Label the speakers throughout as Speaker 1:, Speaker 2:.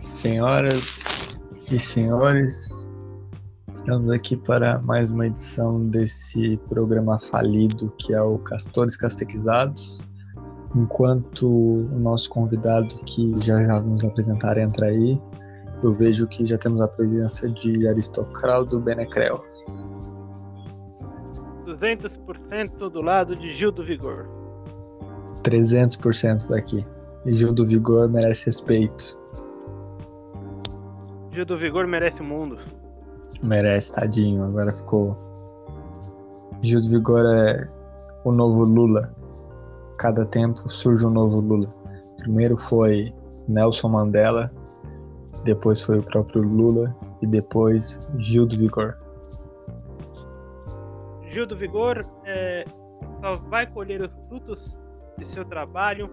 Speaker 1: senhoras e senhores, estamos aqui para mais uma edição desse programa falido que é o Castores Catequizados. Enquanto o nosso convidado, que já já vamos apresentar, entra aí, eu vejo que já temos a presença de Aristocraldo Benecrel.
Speaker 2: 200% do lado de Gil do Vigor.
Speaker 1: 300% daqui. Gil do Vigor merece respeito.
Speaker 2: Gil do Vigor merece o mundo.
Speaker 1: Merece, tadinho. Agora ficou. Gil do Vigor é o novo Lula. Cada tempo surge um novo Lula. Primeiro foi Nelson Mandela, depois foi o próprio Lula e depois Gil do Vigor.
Speaker 2: Gil do Vigor é, só vai colher os frutos de seu trabalho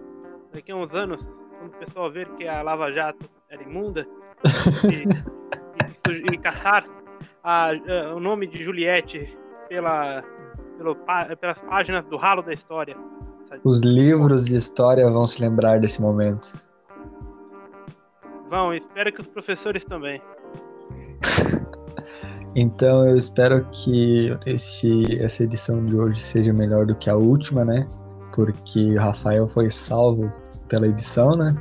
Speaker 2: daqui a uns anos, quando o pessoal ver que a Lava Jato era imunda e, e, e caçar a, a, o nome de Juliette pela, pelo, pelas páginas do ralo da história.
Speaker 1: Os livros de história vão se lembrar desse momento.
Speaker 2: Vão, espero que os professores também.
Speaker 1: então eu espero que esse, essa edição de hoje seja melhor do que a última, né? Porque Rafael foi salvo pela edição, né?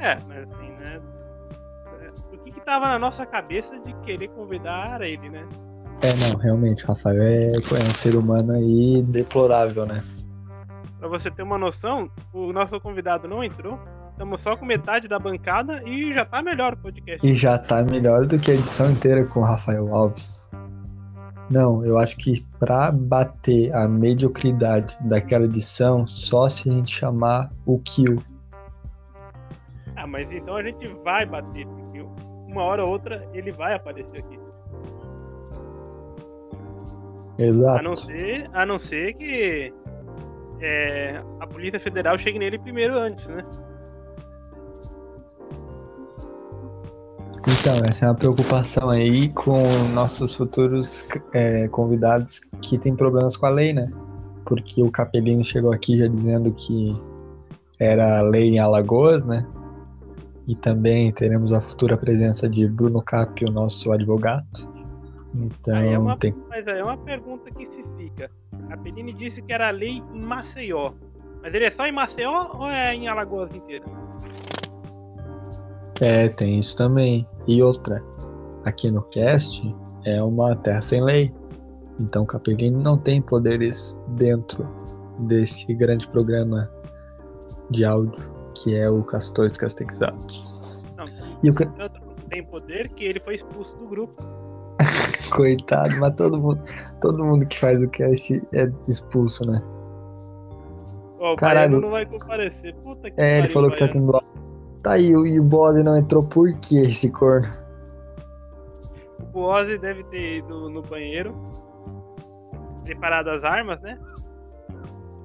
Speaker 2: É, mas assim, né? É, O que que tava na nossa cabeça de querer convidar ele, né?
Speaker 1: É, não, realmente, Rafael é, é um ser humano aí deplorável, né?
Speaker 2: Pra você ter uma noção, o nosso convidado não entrou, Estamos só com metade da bancada e já tá melhor o podcast.
Speaker 1: E já tá melhor do que a edição inteira com o Rafael Alves. Não, eu acho que pra bater a mediocridade daquela edição, só se a gente chamar o Kill.
Speaker 2: Ah, mas então a gente vai bater o Kill. Uma hora ou outra ele vai aparecer aqui.
Speaker 1: Exato.
Speaker 2: A não ser, a não ser que é, a Polícia Federal chegue nele primeiro antes, né?
Speaker 1: Então, essa é uma preocupação aí com nossos futuros é, convidados que têm problemas com a lei, né? Porque o Capelino chegou aqui já dizendo que era lei em Alagoas, né? E também teremos a futura presença de Bruno Cap, o nosso advogado. Então,
Speaker 2: aí é uma,
Speaker 1: tem...
Speaker 2: Mas aí é uma pergunta que se fica. Capelini disse que era lei em Maceió. Mas ele é só em Maceió ou é em Alagoas inteira?
Speaker 1: É, tem isso também. E outra, aqui no cast é uma terra sem lei. Então Capelini não tem poderes dentro desse grande programa de áudio que é o Castores Castexizados.
Speaker 2: Não, e o tem poder que ele foi expulso do grupo.
Speaker 1: Coitado, mas todo mundo, todo mundo que faz o cast é expulso, né?
Speaker 2: Oh, o Caralho, não vai comparecer. Puta que
Speaker 1: é,
Speaker 2: pariu,
Speaker 1: ele falou que tá
Speaker 2: Baiano.
Speaker 1: tendo Tá aí, e o Bose não entrou por que esse corno?
Speaker 2: O Bose deve ter ido no banheiro, preparado as armas, né?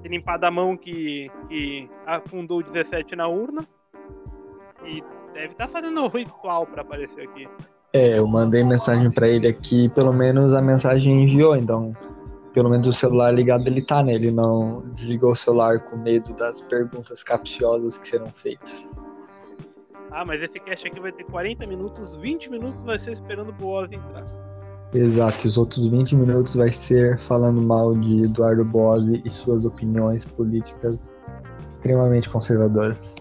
Speaker 2: Ter limpado a mão que, que afundou o 17 na urna. E deve estar tá fazendo ritual para aparecer aqui.
Speaker 1: É, eu mandei mensagem para ele aqui, pelo menos a mensagem enviou, então pelo menos o celular ligado ele tá, né? Ele não desligou o celular com medo das perguntas capciosas que serão feitas.
Speaker 2: Ah, mas esse cast aqui vai ter 40 minutos, 20 minutos vai ser esperando o Boas entrar.
Speaker 1: Exato, e os outros 20 minutos vai ser falando mal de Eduardo Bose e suas opiniões políticas extremamente conservadoras.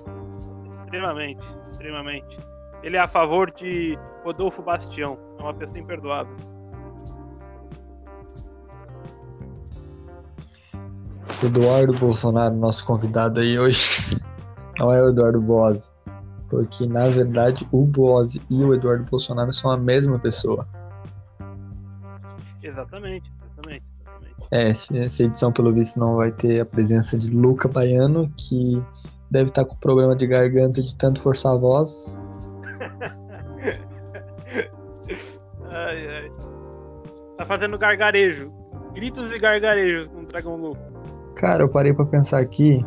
Speaker 2: Extremamente, extremamente. Ele é a favor de Rodolfo Bastião, é uma pessoa imperdoável.
Speaker 1: Eduardo Bolsonaro, nosso convidado aí hoje, não é o Eduardo Bose porque na verdade o Bose e o Eduardo Bolsonaro são a mesma pessoa.
Speaker 2: Exatamente, exatamente. exatamente.
Speaker 1: É, essa edição, pelo visto, não vai ter a presença de Luca Baiano, que deve estar com problema de garganta de tanto forçar a voz.
Speaker 2: ai, ai. Tá fazendo gargarejo. Gritos e gargarejos com o Dragão Louco.
Speaker 1: Cara, eu parei pra pensar aqui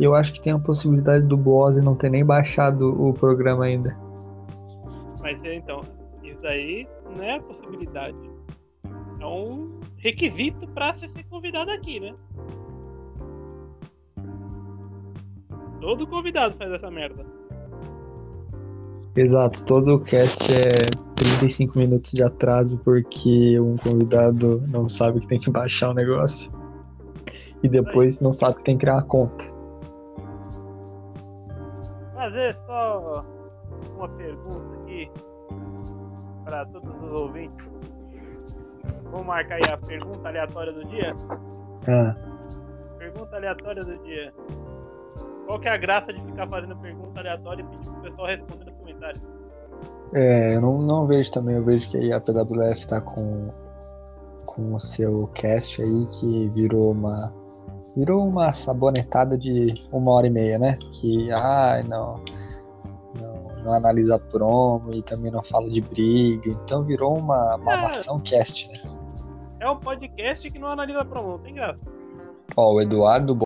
Speaker 1: eu acho que tem a possibilidade do Bose não ter nem baixado o programa ainda.
Speaker 2: Mas então, isso aí não é a possibilidade. É um requisito para você ser convidado aqui, né? Todo convidado faz essa merda.
Speaker 1: Exato, todo o cast é 35 minutos de atraso porque um convidado não sabe que tem que baixar o negócio e depois não sabe que tem que criar uma conta.
Speaker 2: Fazer só uma pergunta aqui para todos os ouvintes. Vou marcar aí a pergunta aleatória do dia.
Speaker 1: Ah,
Speaker 2: Pergunta aleatória do dia. Qual que é a graça de ficar fazendo pergunta aleatória e pedir pro pessoal responder no comentário?
Speaker 1: é, eu não, não vejo também, eu vejo que a PWF tá com, com o seu cast aí que virou uma. Virou uma sabonetada de uma hora e meia, né? Que, ai, não, não, não analisa promo e também não fala de briga. Então virou uma, uma
Speaker 2: É.
Speaker 1: maçã cast, né?
Speaker 2: É um podcast que não analisa promo, não tem graça.
Speaker 1: Ó, o Eduardo Bo-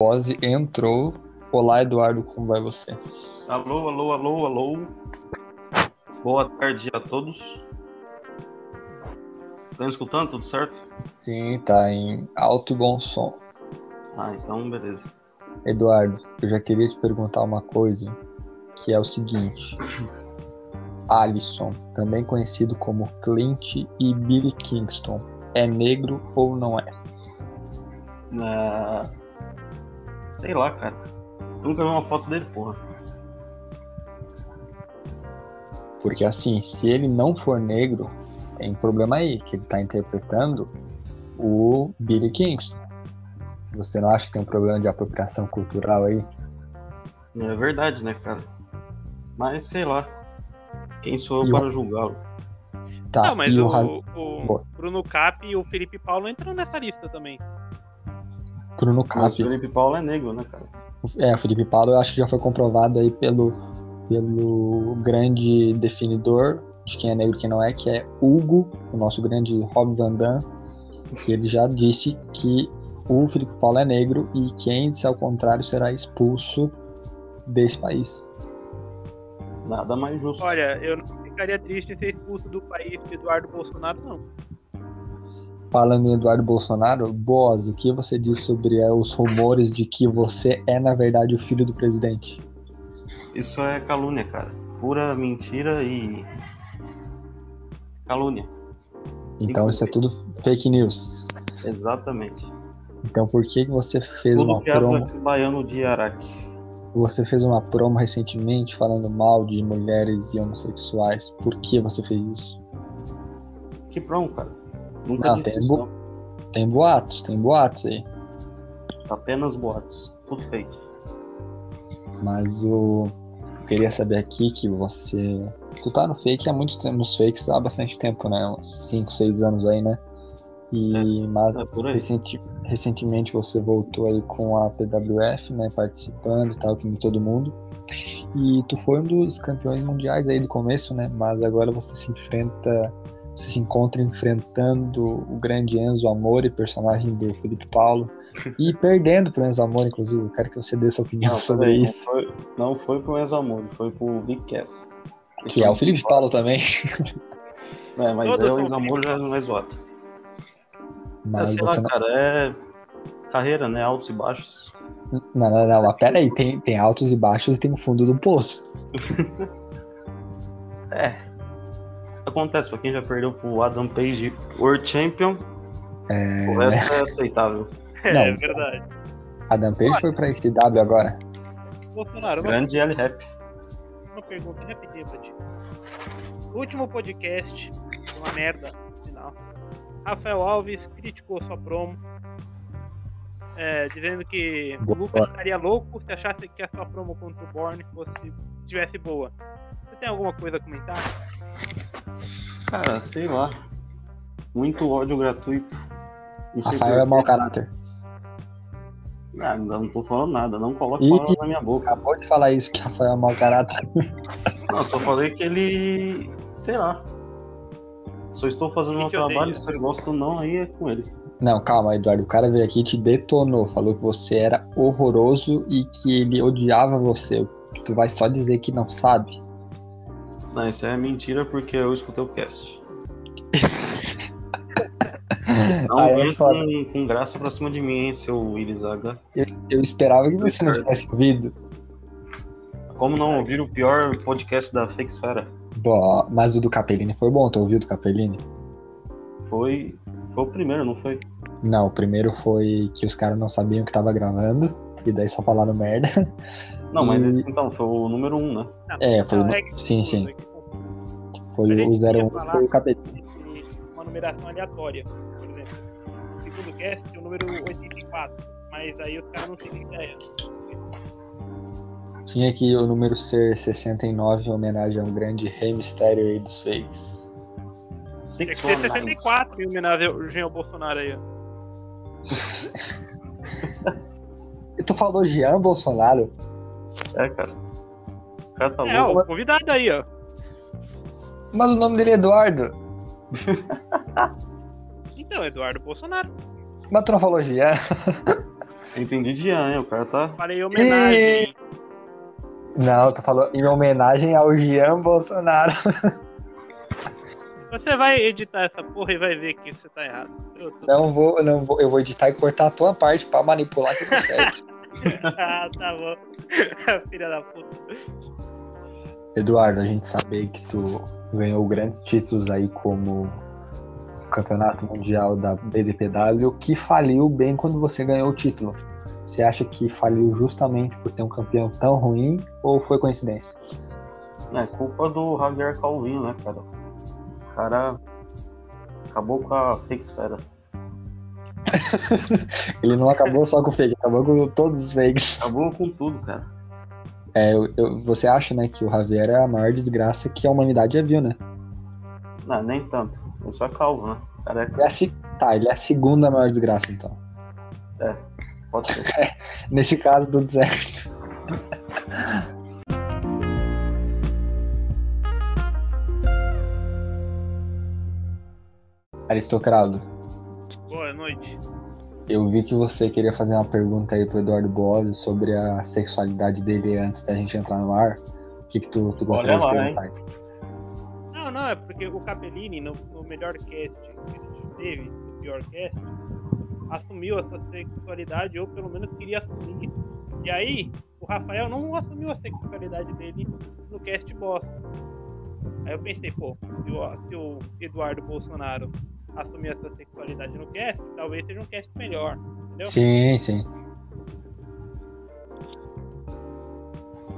Speaker 1: Bose entrou. Olá, Eduardo, como vai você?
Speaker 3: Alô, alô, alô, alô. Boa tarde a todos. Estão escutando? Tudo certo?
Speaker 1: Sim, tá em alto e bom som.
Speaker 3: Ah, então beleza.
Speaker 1: Eduardo, eu já queria te perguntar uma coisa, que é o seguinte. Alisson, também conhecido como Clint e Billy Kingston, é negro ou não é?
Speaker 3: Ah, Sei lá, cara. Nunca vi uma foto dele, porra.
Speaker 1: Porque assim, se ele não for negro, tem problema aí, que ele tá interpretando o Billy Kingston. Você não acha que tem um problema de apropriação cultural aí?
Speaker 3: É verdade, né, cara? Mas sei lá. Quem sou eu
Speaker 1: E o-
Speaker 3: para julgá-lo?
Speaker 1: Tá,
Speaker 2: não, mas
Speaker 1: e
Speaker 2: o,
Speaker 1: o Ra-
Speaker 2: o
Speaker 1: Boa.
Speaker 2: Bruno Cap e o Felipe Paulo entram nessa lista também.
Speaker 1: Bruno
Speaker 3: Mas o
Speaker 1: Cap.
Speaker 3: Felipe Paulo é negro, né, cara?
Speaker 1: É, o Felipe Paulo eu acho que já foi comprovado aí pelo, pelo grande definidor de quem é negro e quem não é, que é Hugo, o nosso grande Rob Van Dam, que ele já disse que o Felipe Paulo é negro e quem disser ao contrário será expulso desse país.
Speaker 3: Nada mais justo.
Speaker 2: Olha, eu não ficaria triste em ser expulso do país de Eduardo Bolsonaro, não.
Speaker 1: Falando em Eduardo Bolsonaro, Boas, o que você diz sobre eh, os rumores de que você é, na verdade, o filho do presidente?
Speaker 3: Isso é calúnia, cara. Pura mentira e. Calúnia.
Speaker 1: Então isso é tudo fake news.
Speaker 3: Exatamente.
Speaker 1: Então por que que você fez
Speaker 3: Tudo
Speaker 1: uma
Speaker 3: criado
Speaker 1: promo?
Speaker 3: naquele baiano de Araque.
Speaker 1: Você fez uma promo recentemente falando mal de mulheres e homossexuais. Por que você fez isso?
Speaker 3: Que pronto, cara. Nunca
Speaker 1: Não,
Speaker 3: disse
Speaker 1: Ah, tem
Speaker 3: isso,
Speaker 1: bo-
Speaker 3: não.
Speaker 1: Tem boatos, tem boatos aí.
Speaker 3: Tá Apenas boatos. Tudo fake.
Speaker 1: Mas o. Eu queria saber aqui que você. Tu tá no fake há muito tempo, nos fakes há bastante tempo, né? Uns 5, 6 anos aí, né? E
Speaker 3: É, sim.
Speaker 1: mas
Speaker 3: É, por aí.
Speaker 1: recenti- recentemente você voltou aí com a PWF, né? Participando e tal, que nem todo mundo. E tu foi um dos campeões mundiais aí do começo, né? Mas agora você se enfrenta. Você se encontra enfrentando o grande Enzo Amore, personagem do Felipe Paulo. E perdendo pro Enzo Amore, inclusive. Eu quero que você dê sua opinião sobre
Speaker 3: peraí, né?
Speaker 1: isso.
Speaker 3: Não foi, não foi pro Examone, foi pro Big Cass.
Speaker 1: Que é o Felipe Paulo também.
Speaker 3: É, mas
Speaker 2: Todos
Speaker 3: aí o
Speaker 2: são
Speaker 3: Examone já não é zoado. É,
Speaker 1: Mas
Speaker 3: sei
Speaker 1: você
Speaker 3: lá,
Speaker 1: não...
Speaker 3: cara, é carreira, né? Altos e baixos.
Speaker 1: não, não, não, mas pera aí, tem, tem altos e baixos e tem o fundo do poço.
Speaker 3: Acontece, pra quem já perdeu pro Adam Page World Champion,
Speaker 1: É,
Speaker 3: o resto é aceitável.
Speaker 2: É,
Speaker 1: Não.
Speaker 2: verdade.
Speaker 1: Adam Page foi pra FTW agora.
Speaker 2: Bolsonaro, uma
Speaker 3: Grande L-Rap.
Speaker 2: uma pergunta rapidinha pra ti. No último podcast, uma merda, no final. Rafael Alves criticou sua promo, é, dizendo que o
Speaker 1: Boa.
Speaker 2: Lucas estaria louco se achasse que a sua promo contra o Borne fosse estivesse boa. Você tem alguma coisa a comentar?
Speaker 3: Cara, sei lá. Muito ódio gratuito. Não sei
Speaker 1: Rafael é
Speaker 3: porquê.
Speaker 1: mau caráter.
Speaker 3: Ah, não, não tô falando nada, não coloque
Speaker 1: Ih.
Speaker 3: palavras na minha boca.
Speaker 1: Acabou de falar isso, que Rafael é mau caráter.
Speaker 3: Não, eu só falei que ele. sei lá. Só estou fazendo
Speaker 2: Quem
Speaker 3: meu
Speaker 2: que odeia?
Speaker 3: trabalho, se ele gosta ou não, aí é com ele.
Speaker 1: Não, calma, Eduardo. O cara veio aqui e te detonou. Falou que você era horroroso e que ele odiava você. Que tu vai só dizer que não sabe.
Speaker 3: Não, isso é mentira porque eu escutei o cast. Não
Speaker 1: Aí é
Speaker 3: vem
Speaker 1: foda.
Speaker 3: com, com graça pra cima de mim, hein, seu Willizaga.
Speaker 1: Eu esperava que você não tivesse ouvido.
Speaker 3: Como não ouvir o pior podcast da Fakesfera?
Speaker 1: Bom, mas o do Capellini foi bom, tu ouviu o do Capellini?
Speaker 3: Foi, foi o primeiro, não foi?
Speaker 1: Não, o primeiro foi que os caras não sabiam que tava gravando, e daí só falaram merda.
Speaker 3: Não, mas
Speaker 1: E-
Speaker 3: esse então foi o número um, né?
Speaker 1: É, foi
Speaker 2: Não,
Speaker 1: no-
Speaker 2: que
Speaker 1: sim, sim.
Speaker 2: confuso, é que confuso.
Speaker 1: Foi
Speaker 2: A
Speaker 1: o
Speaker 2: gente podia
Speaker 1: 01,
Speaker 2: falar-
Speaker 1: foi o Capellini.
Speaker 2: uma numeração aleatória. Por exemplo, o segundo cast é o número 84, mas aí os caras não têm ideia.
Speaker 1: Tinha que o número ser 69 em homenagem a um grande rei mistério aí dos fakes.
Speaker 2: Tem que
Speaker 3: Six
Speaker 2: ser
Speaker 3: One Nine.
Speaker 2: 64 em homenagem ao Jean Bolsonaro aí. ó.
Speaker 1: E tu falou Jean Bolsonaro?
Speaker 3: É, cara. O cara tá
Speaker 2: É, ó,
Speaker 3: louco.
Speaker 2: o convidado aí, ó.
Speaker 1: Mas o nome dele é Eduardo.
Speaker 2: Então, Eduardo Bolsonaro.
Speaker 1: Mas tu não falou Jean?
Speaker 3: Entendi de Ian, hein? O cara tá.
Speaker 2: Falei homenagem.
Speaker 1: Não, tu falou em homenagem ao Jean Bolsonaro.
Speaker 2: Você vai editar essa porra e vai ver que você tá errado. Eu tô
Speaker 1: Não vou, não vou, eu vou editar e cortar a tua parte pra manipular que não serve.
Speaker 2: ah, tá bom. Filha da puta.
Speaker 1: Eduardo, a gente sabe que tu ganhou grandes títulos aí como o Campeonato Mundial da BDPW, que faliu bem quando você ganhou o título. Você acha que faliu justamente por ter um campeão tão ruim ou foi coincidência?
Speaker 3: É culpa do Javier Calvinho, né, cara? O cara acabou com a Fakesfera.
Speaker 1: Ele não acabou só com o fake, acabou com todos os fakes.
Speaker 3: Acabou com tudo, cara.
Speaker 1: É, eu- eu- você acha, né, que o Javier é a maior desgraça que a humanidade já viu, né?
Speaker 3: Não, nem tanto. Eu só calvo, né? Careca,
Speaker 1: Ele é a, se- tá, ele é a segunda maior desgraça, então.
Speaker 3: pode ser.
Speaker 1: Nesse caso, tudo certo. Aristocrado,
Speaker 2: Boa noite.
Speaker 1: eu vi que você queria fazer uma pergunta aí pro Eduardo Bosi sobre a sexualidade dele antes da gente entrar no ar. O que, que tu, tu gostaria
Speaker 3: Olha lá,
Speaker 1: de perguntar?
Speaker 2: Não, não, é porque o Capellini, no, no melhor cast que a gente teve, no pior cast, assumiu essa sexualidade, ou pelo menos queria assumir. E aí, o Rafael não assumiu a sexualidade dele no cast bosta. Aí eu pensei, pô, se o, se o Eduardo Bolsonaro assumir essa sexualidade no cast, talvez seja um cast melhor. Entendeu?
Speaker 1: Sim, sim.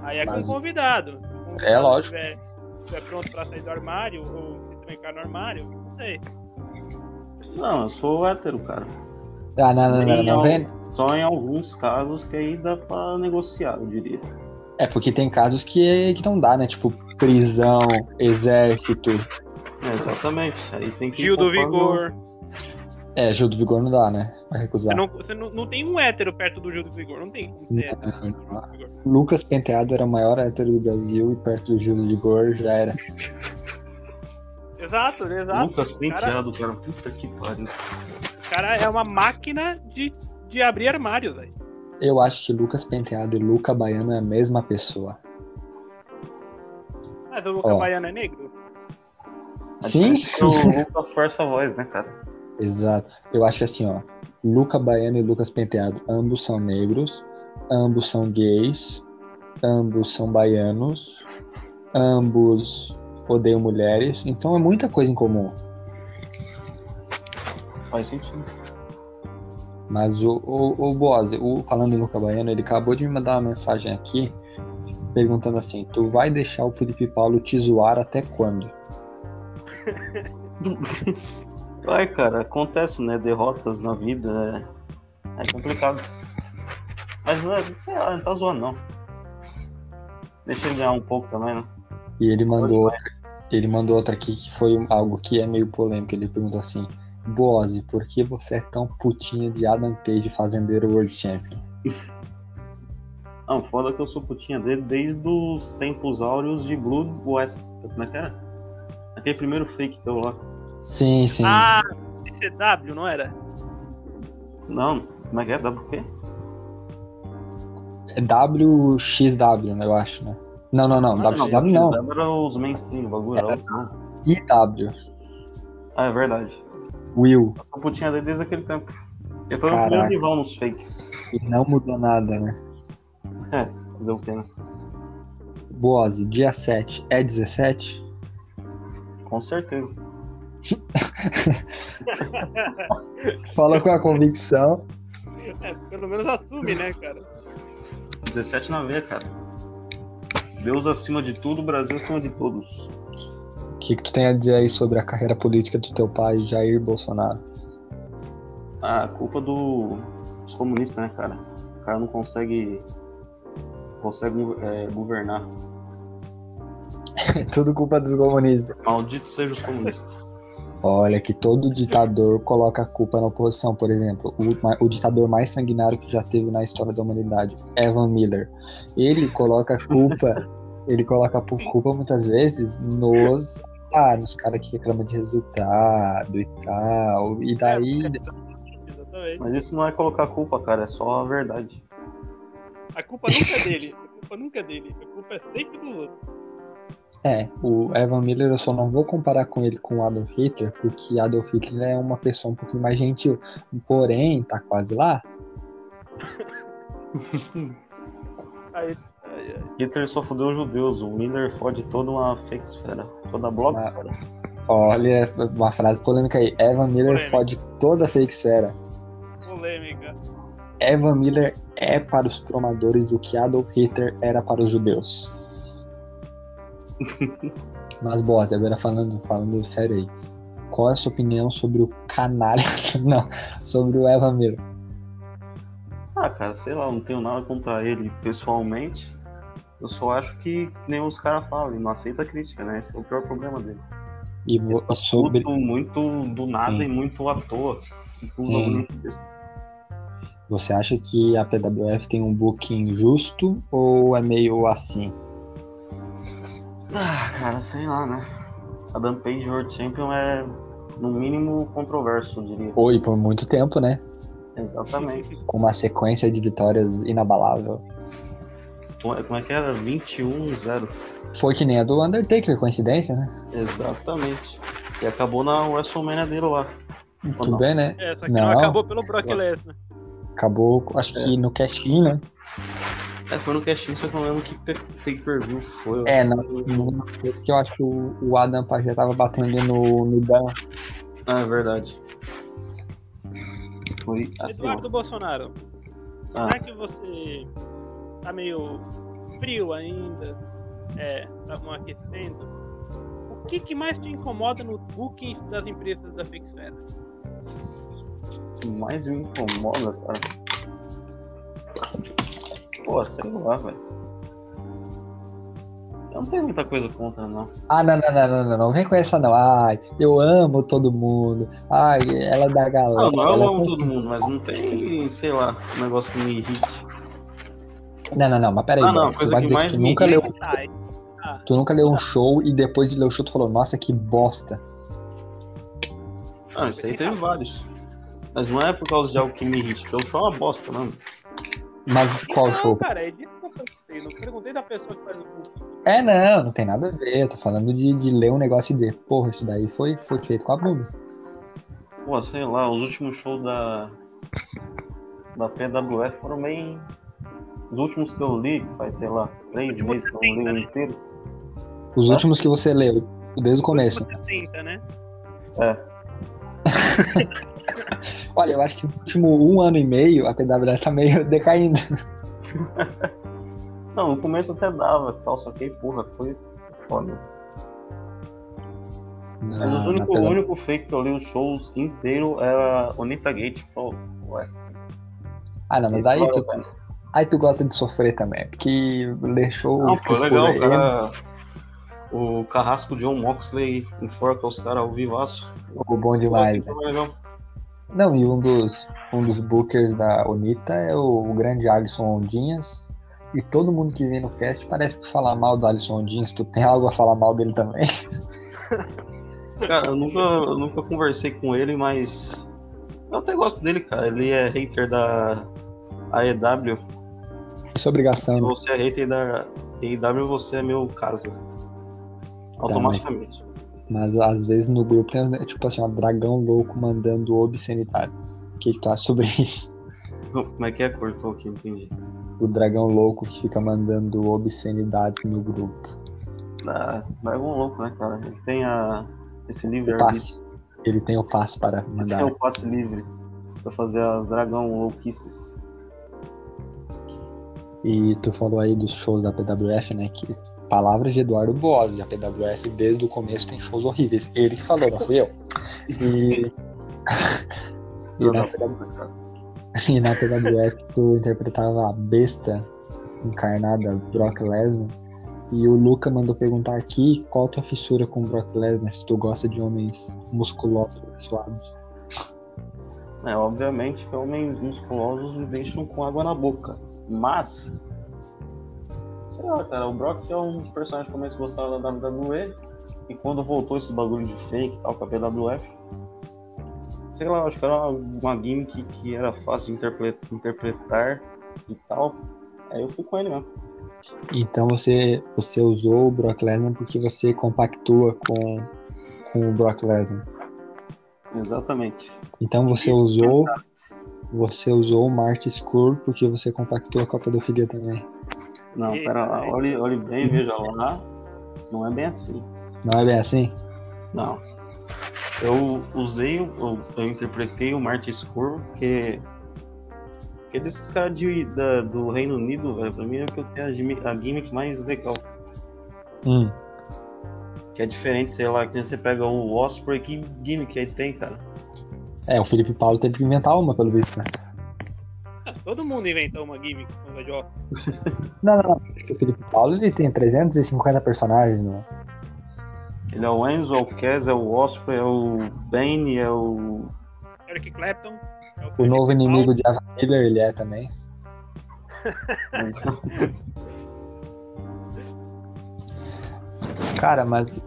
Speaker 2: Aí é com
Speaker 1: Mas-
Speaker 2: o convidado. Se o convidado
Speaker 1: É, lógico.
Speaker 2: Estiver, estiver pronto pra sair do armário, ou se trancar no armário, não sei.
Speaker 3: Não, eu sou hétero, cara.
Speaker 1: Ah, não, não, não, não,
Speaker 3: Em al-
Speaker 1: vem.
Speaker 3: Só em alguns casos que aí dá pra negociar, eu diria.
Speaker 1: É porque tem casos que, que não dá, né? Tipo, prisão, exército.
Speaker 3: É, exatamente. Aí tem que. ir
Speaker 2: Gil do
Speaker 1: Tipo,
Speaker 3: conforme
Speaker 2: Vigor.
Speaker 1: É, Gil do Vigor não dá, né? Vai
Speaker 2: Você
Speaker 1: recusar.
Speaker 2: não, você não, não tem um hétero perto do Gil do Vigor, não tem como ser
Speaker 1: Não,
Speaker 2: hétero perto do
Speaker 1: não.
Speaker 2: Gil do Vigor.
Speaker 1: Lucas Penteado era o maior hétero do Brasil e perto do Gil do Vigor já era.
Speaker 2: Exato,
Speaker 3: o
Speaker 2: exato.
Speaker 3: Lucas
Speaker 2: O cara,
Speaker 3: Penteado, cara. Puta que pariu.
Speaker 2: o cara é uma máquina de, de abrir armários, velho.
Speaker 1: Eu acho que Lucas Penteado e Luca Baiano é a mesma pessoa.
Speaker 2: Mas o Lucas
Speaker 1: Ó.
Speaker 2: Baiano é negro?
Speaker 3: A
Speaker 1: Sim?
Speaker 3: diferença é que O Lucas força a voz, né, cara?
Speaker 1: Exato. Eu acho que assim, ó. Luca Baiano e Lucas Penteado, ambos são negros, ambos são gays, ambos são baianos, ambos odeiam mulheres, então é muita coisa em comum.
Speaker 3: Faz sentido.
Speaker 1: Mas o, o, o Boaz, o, falando em Luca Baiano, ele acabou de me mandar uma mensagem aqui perguntando assim: Tu vai deixar o Felipe Paulo te zoar até quando?
Speaker 3: Vai, cara, acontece, né? Derrotas na vida é, é complicado. Mas, né, sei lá, não tá zoando, não. Deixa ele ganhar um pouco também, né?
Speaker 1: E ele mandou outra, ele mandou outra aqui que foi algo que é meio polêmico. Ele perguntou assim: Boaz, por que você é tão putinha de Adam Page fazendeiro World Champion?
Speaker 3: Não, foda que eu sou putinha dele desde os tempos áureos de Blood West. Como é que era? Aquele primeiro fake teu lá.
Speaker 1: Sim, sim.
Speaker 2: Ah, CCW, não era?
Speaker 3: Não, como é que é? Dá por quê?
Speaker 1: É WXW, né, eu acho, né? Não, não, não.
Speaker 3: Ah,
Speaker 1: WXW não. É.
Speaker 3: Era os mainstream, o bagulho. era outro, não.
Speaker 1: IW.
Speaker 3: Ah, é verdade.
Speaker 1: Will.
Speaker 3: A putinha dele desde aquele tempo. Ele foi o
Speaker 1: Caraca.
Speaker 3: primeiro rival nos fakes.
Speaker 1: E não mudou nada, né?
Speaker 3: É, fazer o quê, né?
Speaker 1: Boase, dia 7 é 17?
Speaker 3: Com certeza.
Speaker 1: Fala com a convicção.
Speaker 2: É, pelo menos assume, né, cara?
Speaker 3: 17 na veia, cara. Deus acima de tudo, Brasil acima de todos.
Speaker 1: O que, que tu tem a dizer aí sobre a carreira política do teu pai, Jair Bolsonaro?
Speaker 3: A culpa do- dos comunistas, né, cara? O cara não consegue. consegue é, governar.
Speaker 1: É tudo culpa dos comunistas.
Speaker 3: Maldito seja os comunistas.
Speaker 1: Olha que todo ditador coloca a culpa na oposição, por exemplo. O, ma- o ditador mais sanguinário que já teve na história da humanidade, Evan Miller. Ele coloca a culpa, ele coloca a pu- culpa muitas vezes nos, ah, nos caras que reclamam de resultado e tal. E daí.
Speaker 2: É, exatamente.
Speaker 3: Mas isso não é colocar culpa, cara, é só a verdade.
Speaker 2: A culpa nunca é dele. A culpa nunca é dele. A culpa é sempre dos outros.
Speaker 1: É, o Evan Miller eu só não vou comparar com ele com o Adolf Hitler, porque Adolf Hitler é uma pessoa um pouquinho mais gentil. Porém, tá quase lá.
Speaker 2: Aí, aí, aí.
Speaker 3: Hitler só fodeu os judeus, o Miller fode toda uma fake esfera, toda a blogsfera.
Speaker 1: Olha, uma frase polêmica aí. Evan Miller
Speaker 2: Polêmica.
Speaker 1: fode toda a fake esfera.
Speaker 2: polêmica.
Speaker 1: Evan Miller é para os promotores o que Adolf Hitler era para os judeus. Mas, Boss, agora falando, falando sério aí. Qual é a sua opinião sobre o canalha? Não, sobre o Evan Miller.
Speaker 3: Ah, cara, sei lá, eu não tenho nada contra ele pessoalmente. Eu só acho que, que nem os caras falam, ele não aceita crítica, né? Esse é o pior problema dele.
Speaker 1: E vo- sobre.
Speaker 3: Tudo muito do nada
Speaker 1: Sim.
Speaker 3: e muito à toa. Tipo, um Tudo
Speaker 1: Sim.
Speaker 3: muito besta.
Speaker 1: Você acha que a PWF tem um booking justo ou é meio assim?
Speaker 3: Ah, cara, sei lá, né? A Dampage World Champion é, no mínimo, controverso, eu diria.
Speaker 1: Ou e por muito tempo, né?
Speaker 3: Exatamente.
Speaker 1: Com uma sequência de vitórias inabalável.
Speaker 3: Como é que era? 21-0.
Speaker 1: Foi que nem a do Undertaker, coincidência, né?
Speaker 3: Exatamente. E acabou na WrestleMania dele lá.
Speaker 1: Tudo bem, né?
Speaker 2: É, só que
Speaker 1: Não.
Speaker 2: não acabou pelo Brock
Speaker 3: Não.
Speaker 2: Lesnar.
Speaker 1: Acabou, acho que no cash-in, né?
Speaker 3: É, foi no casting, só que eu não lembro que pe- pay-per-view foi.
Speaker 1: É, não. não sei, Porque eu acho que o- o Adam Paz já tava batendo no, no Dan.
Speaker 3: Ah, é verdade. Foi assim, ó.
Speaker 2: Eduardo Bolsonaro,
Speaker 3: Ah.
Speaker 2: será que você tá meio frio ainda? É, tá um aquecendo? O que, que mais te incomoda no booking das empresas da Fixfera?
Speaker 3: O que mais me incomoda, cara. Pô, sei lá, velho. Eu não tenho muita coisa contra, não.
Speaker 1: Ah, não, não, não, não, não, não vem com essa não. Ai, eu amo todo mundo. Ai, ela é da galera.
Speaker 3: Não, não eu
Speaker 1: ela
Speaker 3: amo
Speaker 1: é-
Speaker 3: todo mundo, mas não tem, sei lá, um negócio que me irrite.
Speaker 1: Não, não, não, mas peraí.
Speaker 3: Ah, não,
Speaker 1: Boss, tu
Speaker 3: coisa
Speaker 1: vai
Speaker 3: que
Speaker 1: dizer
Speaker 3: mais
Speaker 1: tu
Speaker 3: me
Speaker 1: nunca leu
Speaker 2: Ai,
Speaker 1: Tu nunca leu um show e depois de ler o show tu falou, nossa, que bosta.
Speaker 3: Ah, isso aí teve vários. Mas não é por causa de algo que me irrite, porque eu sou uma bosta, mano.
Speaker 1: Mas qual
Speaker 2: não,
Speaker 1: show?
Speaker 2: cara, é disso que eu perguntei. Não perguntei da pessoa que faz o booking.
Speaker 1: É, não, não tem nada a ver. Eu tô falando de, de ler um negócio e dizer, porra, isso daí foi, foi feito com a bunda.
Speaker 3: Pô, sei lá, os últimos shows da. Da PWF foram meio. Os últimos que eu li, que faz, sei lá, três
Speaker 2: Últimos
Speaker 3: meses que eu não li o
Speaker 2: 70, né?
Speaker 3: inteiro.
Speaker 1: Os últimos que você leu, desde o começo.
Speaker 2: Você tenta, né?
Speaker 1: Olha, eu acho que no último um ano e meio a PWF tá meio decaindo.
Speaker 3: Não, no começo até dava e tal, só que aí, porra, foi foda. Mas os
Speaker 1: na
Speaker 3: único, o
Speaker 1: PWF.
Speaker 3: único fake que eu li os shows inteiro era Onita Gate pro West.
Speaker 1: Ah, não, mas aí
Speaker 3: Esse
Speaker 1: tu,
Speaker 3: cara,
Speaker 1: aí tu gosta de sofrer também, porque ler show
Speaker 3: Não, foi
Speaker 1: escrito por
Speaker 3: legal,
Speaker 1: ele-
Speaker 3: cara. O carrasco John Moxley enforca os caras ao vivaço.
Speaker 1: pô, bom demais. né?
Speaker 3: Foi legal.
Speaker 1: Não, e um dos, um dos bookers da Unita é o, o grande Alisson Ondinhas. E todo mundo que vem no cast parece que falar mal do Alisson Ondinhas. Tu tem algo a falar mal dele também?
Speaker 3: Cara, eu nunca, eu nunca conversei com ele, mas. Eu até gosto dele, cara. Ele é hater da AEW.
Speaker 1: Isso é obrigação.
Speaker 3: Se
Speaker 1: né?
Speaker 3: você é
Speaker 1: Tá,
Speaker 3: hater da AEW, você é meu casa. Automaticamente.
Speaker 1: Mas às vezes no grupo tem né, tipo assim, um dragão louco mandando obscenidades. O que, que tu acha sobre isso?
Speaker 3: Como é que é? Cortou aqui, entendi.
Speaker 1: O dragão louco que fica mandando obscenidades no grupo.
Speaker 3: Ah, dragão louco, né, cara? Ele tem a... esse livre
Speaker 1: O passe. Ele tem o passe para
Speaker 3: Esse
Speaker 1: mandar.
Speaker 3: é o passe livre pra fazer as dragão louquices.
Speaker 1: E tu falou aí dos shows da PWF, né? Que palavras de Eduardo Bose, a PWF desde o começo tem shows horríveis. Ele que falou, não fui eu. E, e,
Speaker 3: Não,
Speaker 1: na,
Speaker 3: não,
Speaker 1: PW
Speaker 3: cara.
Speaker 1: e na PWF tu interpretava a besta encarnada Brock Lesnar. E o Luca mandou perguntar aqui qual a tua fissura com o Brock Lesnar, se tu gosta de homens musculosos, suados.
Speaker 3: É, obviamente que homens musculosos me deixam com água na boca. Mas. Sei lá, cara, o Brock é um dos personagens que eu mais gostava da WWE. E quando voltou esse bagulho de fake e tal com a PWF. Sei lá, acho que era uma, uma gimmick que era fácil de interpre- interpretar e tal. Aí eu fui com ele mesmo.
Speaker 1: Então você, você usou o Brock Lesnar porque você compactua com, com o Brock Lesnar.
Speaker 3: Exatamente.
Speaker 1: Então você
Speaker 3: Isso,
Speaker 1: usou,
Speaker 3: exato.
Speaker 1: você usou o Marte School porque você compactou a Copa do Filho também.
Speaker 3: Não,
Speaker 2: Eita,
Speaker 3: pera lá,
Speaker 2: velho.
Speaker 3: olhe, olhe bem, veja lá. Não é bem assim.
Speaker 1: Não é bem assim?
Speaker 3: Não. Eu usei, o- eu, eu interpretei o Martin Scorsese porque aqueles caras de- da- do Reino Unido, velho, pra mim é o que eu tenho a, gimmick- a gimmick mais legal.
Speaker 1: Hum.
Speaker 3: Que é diferente, sei lá, que você pega o Osprey, que gimmick aí tem, cara?
Speaker 1: É, o Felipe Paulo teve que inventar uma, pelo visto. né?
Speaker 2: Todo mundo inventou uma gimmick com o Joss.
Speaker 1: Não, não, não. Porque o Felipe Paulo ele tem 350 personagens, né? não?
Speaker 3: Ele é o Enzo, é o Cass, é o Osprey, é o Bane, é o.
Speaker 2: Eric Clapton. é
Speaker 1: O
Speaker 2: Felipe
Speaker 1: novo
Speaker 2: Paulo.
Speaker 1: inimigo de Ava Miller ele é também. Cara, mas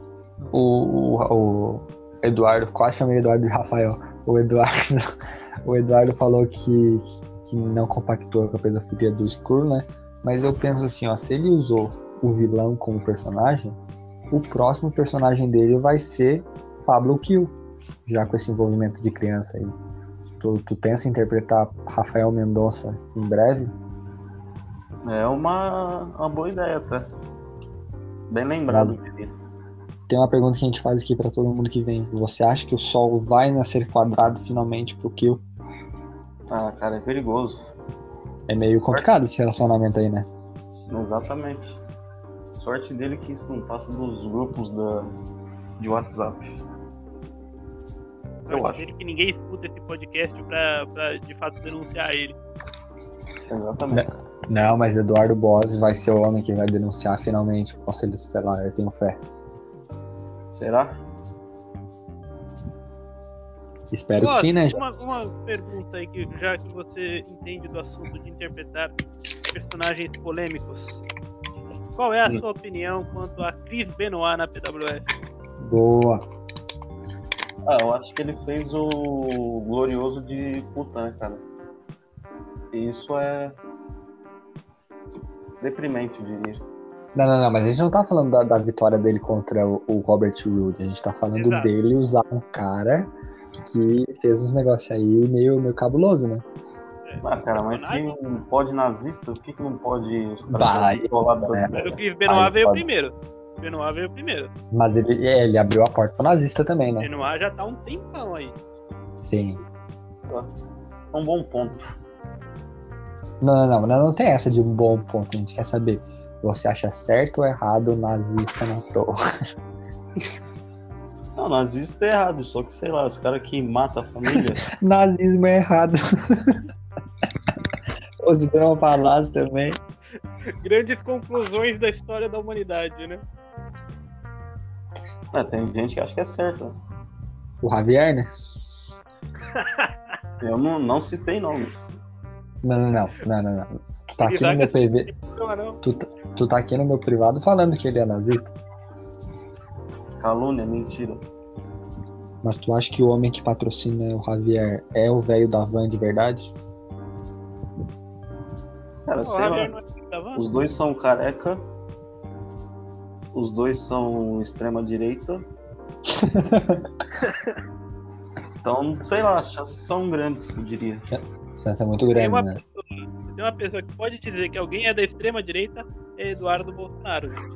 Speaker 1: o, o, o Eduardo, quase chamei o Eduardo de Rafael. O Eduardo, o Eduardo falou que, que não compactou com a pedofilia do Skrull, né? Mas eu penso assim, ó, se ele usou o vilão como personagem, o próximo personagem dele vai ser Pablo Kill, já com esse envolvimento de criança aí. Tu, tu pensa em interpretar Rafael Mendonça em breve?
Speaker 3: É uma, uma boa ideia, tá? Bem lembrado, menino.
Speaker 1: Tem uma pergunta que a gente faz aqui pra todo mundo que vem. Você acha que o sol vai nascer quadrado finalmente pro Kill?
Speaker 3: Ah, cara, é perigoso.
Speaker 1: É meio complicado esse relacionamento aí, né?
Speaker 3: Exatamente. Sorte dele que isso não passa dos grupos da, de WhatsApp.
Speaker 2: Sorte
Speaker 3: Eu acho.
Speaker 2: dele que ninguém escuta esse podcast pra, pra de fato denunciar ele.
Speaker 3: Exatamente.
Speaker 1: Não, mas Eduardo Bose vai ser o homem que vai denunciar finalmente o Conselho Tutelar, eu tenho fé.
Speaker 3: Será?
Speaker 1: Espero
Speaker 2: Ó,
Speaker 1: que sim, né?
Speaker 2: Uma, uma pergunta aí, que já que você entende do assunto de interpretar personagens polêmicos. Qual é a
Speaker 3: Hum.
Speaker 2: sua opinião quanto a Chris Benoit na PWF?
Speaker 1: Boa.
Speaker 3: Ah, eu acho que ele fez o glorioso de puta, né, cara? E isso é. deprimente, eu diria.
Speaker 1: Não, não, não, mas a gente não tá falando da, da vitória dele contra o, o Robert Roode, a gente tá falando
Speaker 2: Exato.
Speaker 1: dele usar um cara que fez uns negócios aí meio, meio cabuloso, né?
Speaker 3: Ah, cara, mas se não pode nazista, por que, que não pode os
Speaker 1: Vai,
Speaker 3: do lado das
Speaker 1: né?
Speaker 2: Mas o
Speaker 3: ideias?
Speaker 2: Chris Benoit
Speaker 1: Ai,
Speaker 2: veio
Speaker 1: foda.
Speaker 2: primeiro. O Benoit veio primeiro.
Speaker 1: Mas ele, é, ele abriu a porta pro nazista também,
Speaker 2: O
Speaker 1: né?
Speaker 2: Benoit já tá um tempão aí.
Speaker 1: Sim.
Speaker 3: É um bom ponto.
Speaker 1: Não, não, não, não, não tem essa de um bom ponto, a gente quer saber. Você acha certo ou errado o nazista na torre?
Speaker 3: Não, nazista é errado, só que sei lá, os caras que matam a família.
Speaker 1: Nazismo é errado. Você tem uma palavra também.
Speaker 2: Grandes conclusões da história da humanidade, né?
Speaker 3: ah, tem gente que acha que é certo. né?
Speaker 1: O Javier, né?
Speaker 3: Eu não, não citei nomes.
Speaker 1: Não, não, não, não, não, não. Tu tá aqui no meu PV,
Speaker 2: Não, não.
Speaker 1: tu, tá- tu tá aqui no meu privado falando que ele é nazista,
Speaker 3: Calúnia, mentira.
Speaker 1: mas tu acha que o homem que patrocina o Javier é o velho da van de verdade?
Speaker 3: Cara,
Speaker 2: O
Speaker 3: sei
Speaker 2: Javier
Speaker 3: lá.
Speaker 2: não é da van?
Speaker 3: Os dois são careca. Os dois são extrema direita. Então, sei lá, as chances são grandes, eu diria.
Speaker 1: Chance é muito
Speaker 2: Tem
Speaker 1: grande,
Speaker 2: uma,
Speaker 1: né?
Speaker 2: pessoa, se tem uma pessoa que pode dizer que alguém é da extrema direita, é Eduardo Bolsonaro, gente.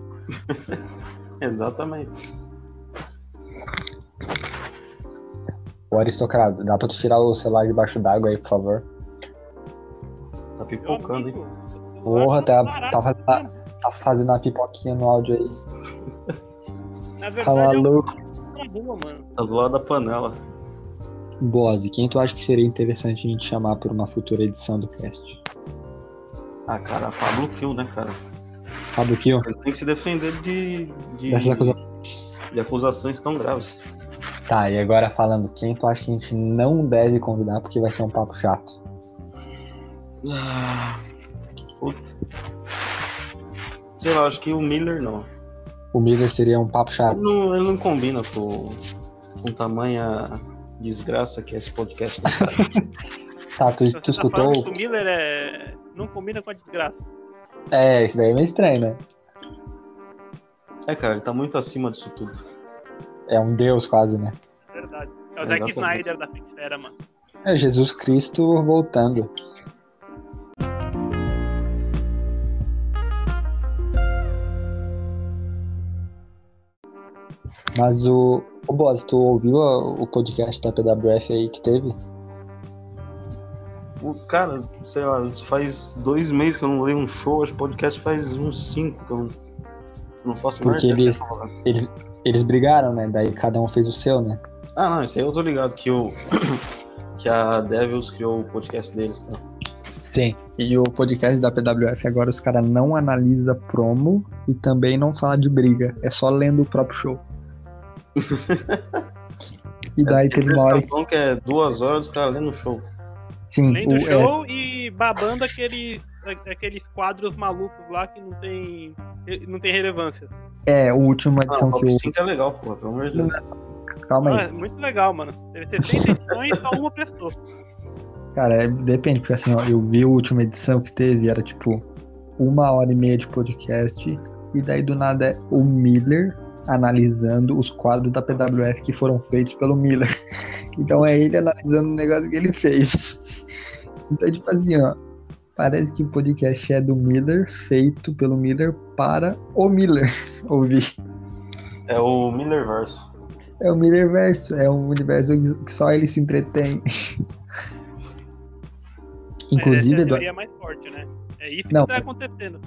Speaker 3: Exatamente.
Speaker 1: O aristocrado, dá pra tu tirar o celular debaixo d'água aí, por favor?
Speaker 3: Tá
Speaker 2: Meu
Speaker 3: pipocando, hein?
Speaker 2: amigo, o celular
Speaker 1: Porra,
Speaker 2: tá
Speaker 1: tá,
Speaker 2: barato,
Speaker 1: tá, fazendo,
Speaker 2: né?
Speaker 1: uma- tá fazendo uma pipoquinha no áudio aí.
Speaker 2: Na
Speaker 1: Tá
Speaker 2: verdade, é um
Speaker 1: maluco.
Speaker 2: na rua, mano.
Speaker 3: Tá do lado da panela.
Speaker 1: Bose, quem tu acha que seria interessante a gente chamar por uma futura edição do cast?
Speaker 3: Ah, cara, Pablo Kill, né, cara?
Speaker 1: Fábio Kiel?
Speaker 3: Ele tem que se defender de, de,
Speaker 1: Dessas acusações.
Speaker 3: de acusações tão graves.
Speaker 1: Tá, e agora falando, quem tu acha que a gente não deve convidar porque vai ser um papo chato?
Speaker 3: Ah, Puta. Sei lá, acho que o Miller não.
Speaker 1: O Miller seria um papo chato.
Speaker 3: Ele não, ele não combina com, com tamanha desgraça que é esse podcast. né?
Speaker 1: Tá, tu,
Speaker 2: Você
Speaker 1: tu
Speaker 2: tá falando
Speaker 1: escutou?
Speaker 2: que o Miller é... não combina com a desgraça.
Speaker 1: É, isso daí é meio estranho, né?
Speaker 3: É, cara, ele tá muito acima disso tudo.
Speaker 1: É um deus quase, né?
Speaker 2: é Verdade. É o Zack
Speaker 3: Exatamente.
Speaker 2: Snyder da Fixera, mano.
Speaker 1: É Jesus Cristo voltando. Mas o. Ô Boss, tu ouviu a- o podcast da PWF aí que teve?
Speaker 3: O cara, sei lá, faz dois meses que eu não leio um show, acho que podcast faz uns cinco que eu não, não faço mais.
Speaker 1: Porque eles- Eles, eles brigaram, né? Daí cada um fez o seu, né?
Speaker 3: Ah, não, isso aí eu tô ligado que o. que a Devils criou o podcast deles, tá?
Speaker 1: Sim. E o podcast da PWF agora os caras não analisa promo e também não fala de briga. É só lendo o próprio show. e daí teve uma hora que.
Speaker 3: que é duas horas, os caras lendo o show.
Speaker 1: Sim,
Speaker 2: Além do
Speaker 1: o, é,
Speaker 2: show e babando aquele, aqueles quadros malucos lá que não tem, não tem relevância.
Speaker 1: é, a última
Speaker 3: Ah, o
Speaker 1: edição que
Speaker 3: top
Speaker 1: eu.
Speaker 3: 5 é legal, porra, pelo amor de Deus.
Speaker 1: Calma
Speaker 2: Ah,
Speaker 1: aí.
Speaker 2: é muito legal, mano. Deve ter 100 edições e só uma pessoa.
Speaker 1: Cara, é- depende, porque assim, ó, eu vi a última edição que teve, era tipo uma hora e meia de podcast, e daí do nada é o Miller analisando os quadros da PWF que foram feitos pelo Miller. Então é ele analisando o negócio que ele fez. Então, tipo assim, ó, parece que o podcast é do Miller, feito pelo Miller para o Miller ouvir.
Speaker 3: É o Miller Verso.
Speaker 1: É o Miller verso, é um universo que só ele se entretém.
Speaker 2: Mas essa é
Speaker 1: Inclusive,
Speaker 2: a
Speaker 1: Eduardo.
Speaker 2: teoria mais forte, né? É isso
Speaker 1: Não,
Speaker 2: que tá
Speaker 1: mas-
Speaker 2: acontecendo.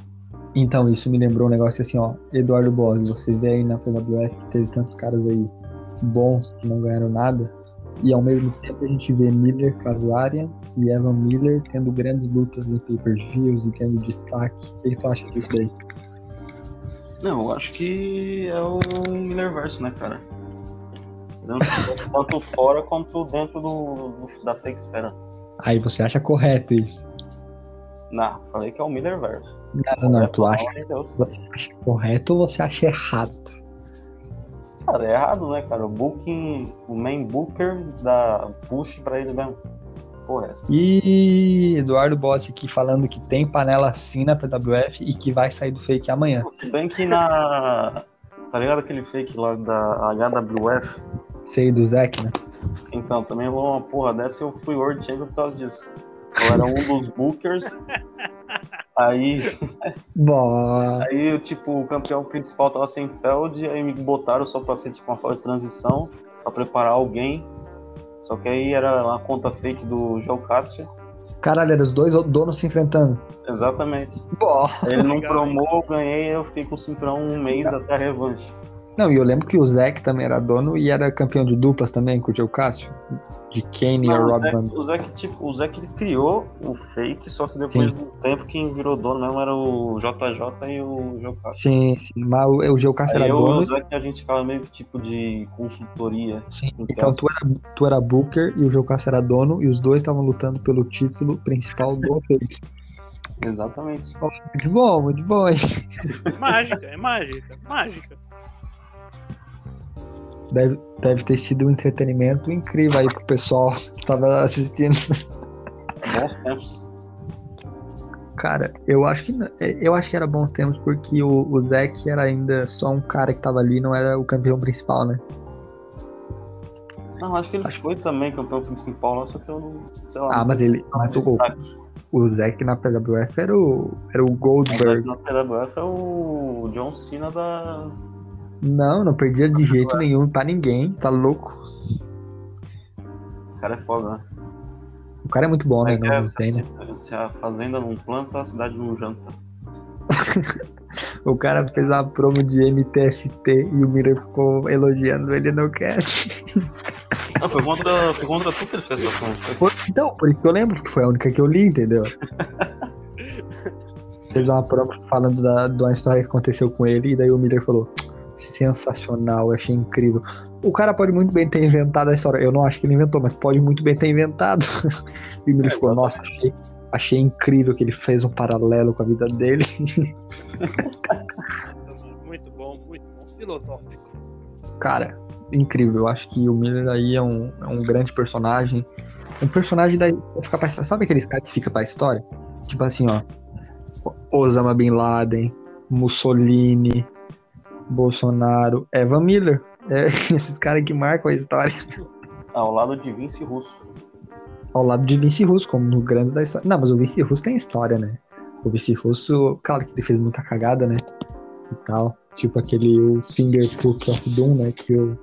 Speaker 1: Então, isso me lembrou um negócio assim, ó. Eduardo Bosi, você vê aí na PWF que teve tantos caras aí bons que não ganharam nada. E ao mesmo tempo a gente vê Miller Kazarian e Evan Miller tendo grandes lutas em pay-per-views e tendo destaque. O que, que tu acha disso daí?
Speaker 3: Não, eu acho que é o Miller Verso, né, cara? Não, é tanto fora quanto dentro do, do- da fake esfera.
Speaker 1: Aí você acha correto isso?
Speaker 3: Não, falei que é o Miller Verso.
Speaker 1: Não, Ah, não, não. Tu acha
Speaker 3: Deus.
Speaker 1: correto ou você acha errado?
Speaker 3: Cara, é errado, né, cara? O booking, o main booker da push pra ele mesmo. Porra, essa.
Speaker 1: E Eduardo Bossi aqui falando que tem panela sim na PWF e que vai sair do fake amanhã.
Speaker 3: Se bem que na. Tá ligado aquele fake lá da HWF?
Speaker 1: Sei do Zack, né?
Speaker 3: Então, também rolou uma porra dessa e eu fui World Champion por causa disso. Eu era um dos bookers. Aí,
Speaker 1: Bom,
Speaker 3: aí, tipo, o campeão principal tava sem Feld, aí me botaram só pra ser tipo uma fase de transição, pra preparar alguém. Só que aí era uma conta fake do Geocastia.
Speaker 1: caralho, eram os dois donos se enfrentando.
Speaker 3: Exatamente.
Speaker 1: Bom.
Speaker 3: Ele não
Speaker 2: Legal,
Speaker 3: promou, eu ganhei, eu fiquei com o cinturão um mês até a revanche.
Speaker 1: Não, e eu lembro que o Zack também era dono e era campeão de duplas também com o Joe Cássio. De Kane e
Speaker 3: Não,
Speaker 1: o
Speaker 3: o,
Speaker 1: Rob Van
Speaker 3: Zac, o, Zac, tipo, o Zac, ele criou o fake, só que depois do tempo quem virou dono mesmo era o JJ e o Geocastia.
Speaker 1: Sim, sim, mas o, o Joe Cássio
Speaker 3: Aí
Speaker 1: era
Speaker 3: eu e
Speaker 1: dono.
Speaker 3: o Zac a gente ficava meio que tipo de consultoria.
Speaker 1: Sim.
Speaker 3: no
Speaker 1: Então
Speaker 3: caso.
Speaker 1: tu era, tu era Booker e o Joe Cássio era dono e os dois estavam lutando pelo título principal do Face.
Speaker 3: Exatamente.
Speaker 1: Muito bom, muito bom. hein?
Speaker 2: É mágica, é mágica, mágica.
Speaker 1: Deve, deve ter sido um entretenimento incrível aí pro pessoal que tava assistindo.
Speaker 3: Bons tempos.
Speaker 1: Cara, eu acho que n- eu acho que era bons tempos porque o, o Zack era ainda só um cara que tava ali, não era o campeão principal, né?
Speaker 3: Não, acho que ele foi também campeão principal lá, só que eu não. Sei lá.
Speaker 1: Ah,
Speaker 3: não
Speaker 1: mas ele. Mas o, é um
Speaker 3: sei
Speaker 1: gol,
Speaker 3: destaque.
Speaker 1: o Zeke na PWF era o, era o
Speaker 3: Mas aí
Speaker 1: Goldberg.
Speaker 3: Na PWF é o John Cena da.
Speaker 1: Não, não perdia de jeito nenhum pra ninguém. Tá louco.
Speaker 3: O cara é foda, né?
Speaker 1: O cara é muito bom, né?
Speaker 3: Como é que é?
Speaker 1: Não, não tem, né?
Speaker 3: se, se a fazenda não planta, a cidade não janta.
Speaker 1: O cara fez a promo de MTST e o Mira ficou elogiando ele não quer.
Speaker 3: Não, Ah, foi contra, foi contra tu que ele fez essa fama. Foi
Speaker 1: Por- Então, por isso que eu lembro que foi a única que eu li, entendeu? Fez uma prova falando da, de uma história que aconteceu com ele, e daí o Miller falou: sensacional, eu achei incrível. O cara pode muito bem ter inventado a história. Eu não acho que ele inventou, mas pode muito bem ter inventado. E o Miller ficou, nossa, achei, achei incrível que ele fez um paralelo com a vida dele.
Speaker 2: Então, Muito bom, muito bom. Filosófico.
Speaker 1: Cara, incrível. Eu acho que o Miller aí é um, é um grande personagem. Um personagem da. vai Ficar pra, história. sabe aqueles caras que fica pra história? Tipo assim, ó. Osama Bin Laden, Mussolini, Bolsonaro, Evan Miller. É, esses caras que marcam a história.
Speaker 3: ao Ah, lado de Vince Russo.
Speaker 1: Ao lado de Vince Russo, como no grande da história. Não, mas o Vince Russo tem história, né? O Vince Russo, claro que ele fez muita cagada, né? E tal. Tipo aquele o Finger Cook of Doom, né? Que o.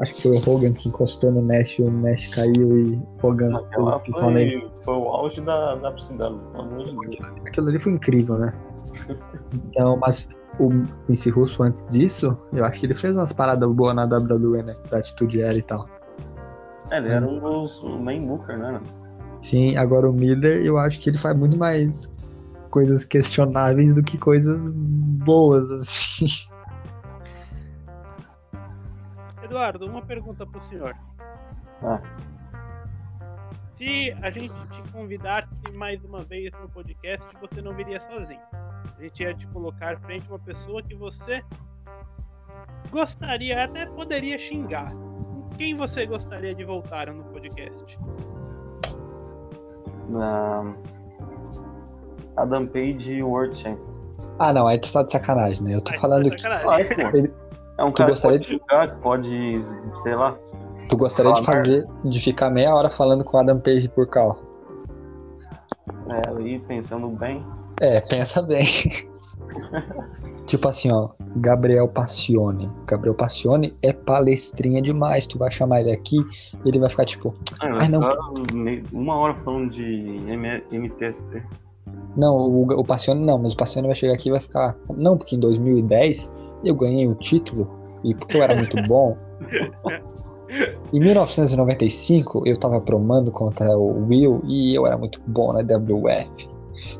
Speaker 1: Acho que foi o Hogan que encostou no Nash, o Nash caiu e o Hogan
Speaker 3: Aquela
Speaker 1: ficou nele.
Speaker 3: foi, foi o auge da, da Psydama, pelo amor de Deus.
Speaker 1: Aquilo ali foi incrível, né? Então, mas o Vince Russo antes disso, eu acho que ele fez umas paradas boas na WWE, né? Da atitude era e tal.
Speaker 3: É, ele era um dos o main booker, né?
Speaker 1: Sim, agora o Miller, eu acho que ele faz muito mais coisas questionáveis do que coisas boas, assim.
Speaker 2: Eduardo, uma pergunta pro senhor.
Speaker 3: Ah.
Speaker 2: Se a gente te convidasse mais uma vez no podcast, você não viria sozinho. A gente ia te colocar frente a uma pessoa que você gostaria, até poderia xingar. Quem você gostaria de voltar no podcast?
Speaker 3: Na... Adam Page World Champion.
Speaker 1: Ah, não, aí tu tá de sacanagem, né? Eu tô
Speaker 2: Ai,
Speaker 1: falando
Speaker 2: tá
Speaker 1: que
Speaker 2: sacanagem.
Speaker 3: Ah, é, pô.
Speaker 1: Ele-
Speaker 3: É um
Speaker 1: Tu
Speaker 3: cara que
Speaker 1: gostaria
Speaker 3: pode
Speaker 1: de-
Speaker 3: jogar, que pode, sei lá.
Speaker 1: tu gostaria de
Speaker 3: Fala,
Speaker 1: fazer, de ficar meia hora falando com o Adam Page por cal.
Speaker 3: É, aí pensando bem.
Speaker 1: É, pensa bem. tipo assim, ó, Gabriel Passione. Gabriel Passione é palestrinha demais. Tu vai chamar ele aqui, ele vai ficar tipo,
Speaker 3: Ah,
Speaker 1: Ah, não.
Speaker 3: tá me- Uma hora falando de M- MTST.
Speaker 1: Não, o, o Passione não, mas o Passione vai chegar aqui e vai ficar. Não, porque em 2010 eu ganhei o título e porque eu era muito bom. Em 1995 eu tava promando contra o Will e eu era muito bom na WF.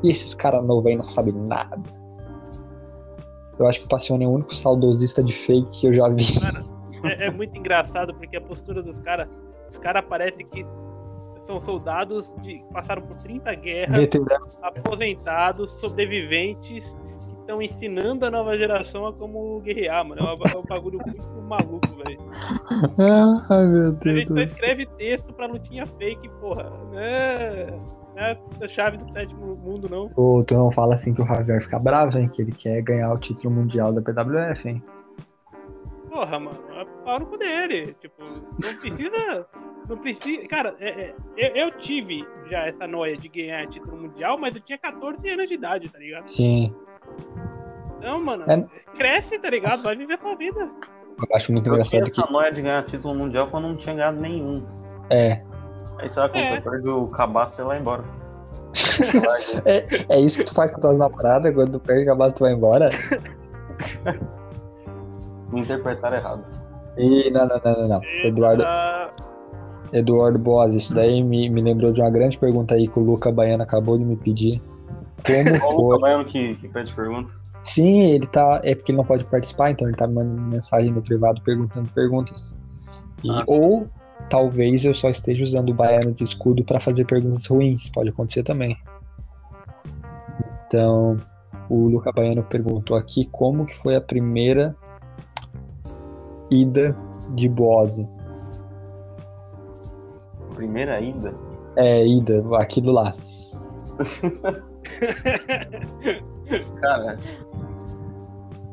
Speaker 1: E esses caras novos aí não sabem nada. Eu acho que o Passione é o único saudosista de fake que eu já vi.
Speaker 2: É, é muito engraçado porque a postura dos caras, os caras parecem que são soldados de passaram por 30 guerras.
Speaker 1: Veterano.
Speaker 2: aposentados, sobreviventes que estão ensinando a nova geração a como guerrear, mano. É uma- é um bagulho muito maluco, velho.
Speaker 1: Ah, Ai meu
Speaker 2: A gente
Speaker 1: Deus do
Speaker 2: só
Speaker 1: céu.
Speaker 2: escreve texto pra lutinha fake, porra. Né? Não é a chave do sétimo mundo, não.
Speaker 1: Ô, tu não fala assim que o Javier fica bravo, hein? Que ele quer ganhar o título mundial da PWF, hein?
Speaker 2: Porra, mano, é pau no cu dele. Tipo, não precisa. Não precisa. Cara, é- é- eu, eu tive já essa noia de ganhar título mundial, mas eu tinha 14 anos de idade, tá ligado?
Speaker 1: Sim.
Speaker 2: Então, mano,
Speaker 1: É.
Speaker 2: cresce, tá ligado? Vai viver sua vida.
Speaker 1: Eu acho muito
Speaker 3: Eu tinha
Speaker 1: engraçado
Speaker 3: essa
Speaker 1: que.
Speaker 3: noia de ganhar título mundial quando não tinha ganhado nenhum.
Speaker 1: É,
Speaker 3: Aí será que quando
Speaker 2: É.
Speaker 3: você perde o cabaço, você vai embora.
Speaker 1: é isso que tu faz com tuas namoradas quando tu perde a base tu vai embora.
Speaker 3: Me interpretaram errado.
Speaker 1: E não, não, não, não, não. Eduardo,
Speaker 2: Ah,
Speaker 1: Eduardo Boas, isso daí me, me lembrou de uma grande pergunta aí que o Luca Baiano acabou de me pedir. Como
Speaker 3: Olha o
Speaker 1: foi?
Speaker 3: Baiano que, que pede pergunta.
Speaker 1: Sim, ele tá. É porque ele não pode participar, então ele tá me mandando mensagem no privado perguntando perguntas. E-
Speaker 3: Ah, sim.
Speaker 1: ou talvez eu só esteja usando o baiano de escudo pra fazer perguntas ruins, pode acontecer também. Então, o Luca Baiano perguntou aqui como que foi a primeira ida de Boase.
Speaker 3: Primeira ida.
Speaker 1: É, ida, aquilo lá.
Speaker 3: Cara,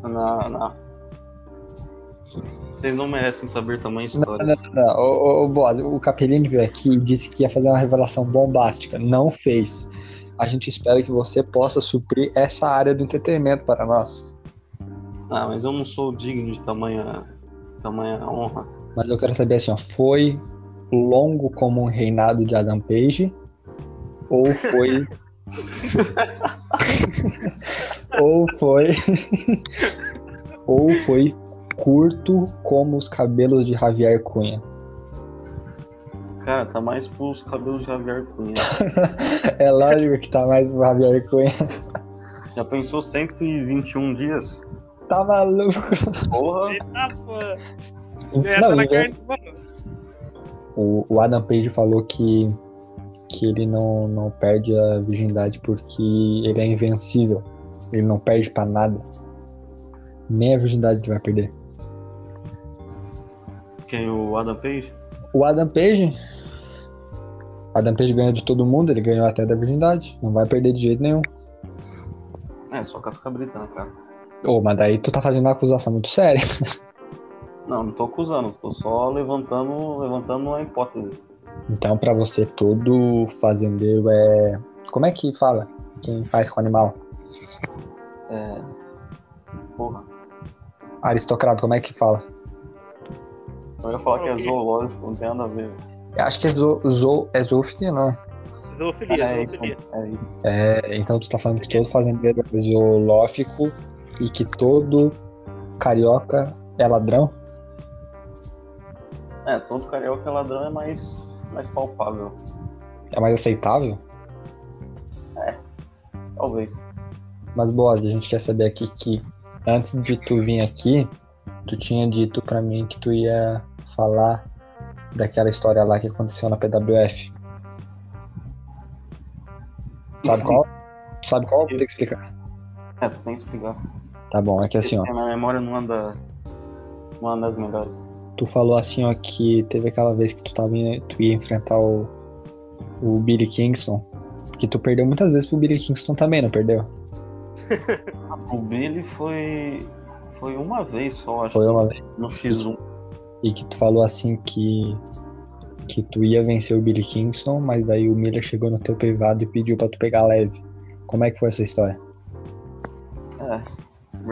Speaker 3: na, na, Vocês não merecem saber tamanha
Speaker 1: Não,
Speaker 3: história.
Speaker 1: não, não, não. O, Boaz, o Capelini veio aqui e disse que ia fazer uma revelação bombástica. Não fez. A gente espera que você possa suprir essa área do entretenimento para nós.
Speaker 3: Ah, mas eu não sou digno de tamanha, tamanha honra.
Speaker 1: Mas eu quero saber assim, ó, foi longo como um reinado de Adam Page? Ou foi. ou foi. ou foi curto como os cabelos de Javier Cunha?
Speaker 3: Cara, tá mais pros cabelos de Javier Cunha.
Speaker 1: É lógico que tá mais pro Javier Cunha.
Speaker 3: Já pensou 121 dias?
Speaker 1: Tá maluco?
Speaker 3: Porra!
Speaker 2: Eita, porra.
Speaker 1: Não, e
Speaker 2: Essa É, tá carne,
Speaker 1: esse-
Speaker 2: mano,
Speaker 1: o, o Adam Page falou que, que ele não, não perde a virgindade porque ele é invencível. Ele não perde pra nada. Nem a virgindade ele vai perder.
Speaker 3: Quem? O Adam Page?
Speaker 1: O Adam Page. O Adam Page ganha de todo mundo, ele ganhou até da virgindade. Não vai perder de jeito nenhum.
Speaker 3: É, só cascabrita, né, cara?
Speaker 1: Ô, mas daí tu tá fazendo uma acusação muito séria.
Speaker 3: Não, não tô acusando, tô só levantando, levantando a hipótese.
Speaker 1: Então, pra você, todo fazendeiro é. Como é que fala? Quem faz com animal?
Speaker 3: É. Porra.
Speaker 1: Aristocrata, como é que fala?
Speaker 3: Eu ia falar que é
Speaker 2: Ok.
Speaker 3: zoológico, não tem nada a ver.
Speaker 1: Eu acho que é zo, zo, é zoofilia, não é?
Speaker 2: Zoofilia,
Speaker 3: é isso,
Speaker 2: zoofilia.
Speaker 3: é isso.
Speaker 1: É, então tu tá falando que todo fazendeiro é zoológico e que todo carioca é ladrão?
Speaker 3: É, todo carioca ladrão é mais, mais palpável.
Speaker 1: É mais aceitável?
Speaker 3: Talvez.
Speaker 1: Mas, Boaz, a gente quer saber aqui que antes de tu vir aqui, tu tinha dito pra mim que tu ia falar daquela história lá que aconteceu na PWF. Sabe qual? Sabe qual? Vou ter que explicar.
Speaker 3: É, tu tem que explicar.
Speaker 1: Tá bom, é que assim, ó.
Speaker 3: Minha memória não anda. Não anda das melhores.
Speaker 1: Tu falou assim, ó, que teve aquela vez que tu, tava, em- tu ia enfrentar o, o Billy Kingston. Que tu perdeu muitas vezes pro Billy Kingston também, não perdeu?
Speaker 3: O Billy foi. Foi uma vez só, acho.
Speaker 1: Foi um uma vez.
Speaker 3: No X1.
Speaker 1: E que tu falou assim que, que tu ia vencer o Billy Kingston, mas daí o Miller chegou no teu privado e pediu pra tu pegar leve. Como é que foi essa história?
Speaker 3: É.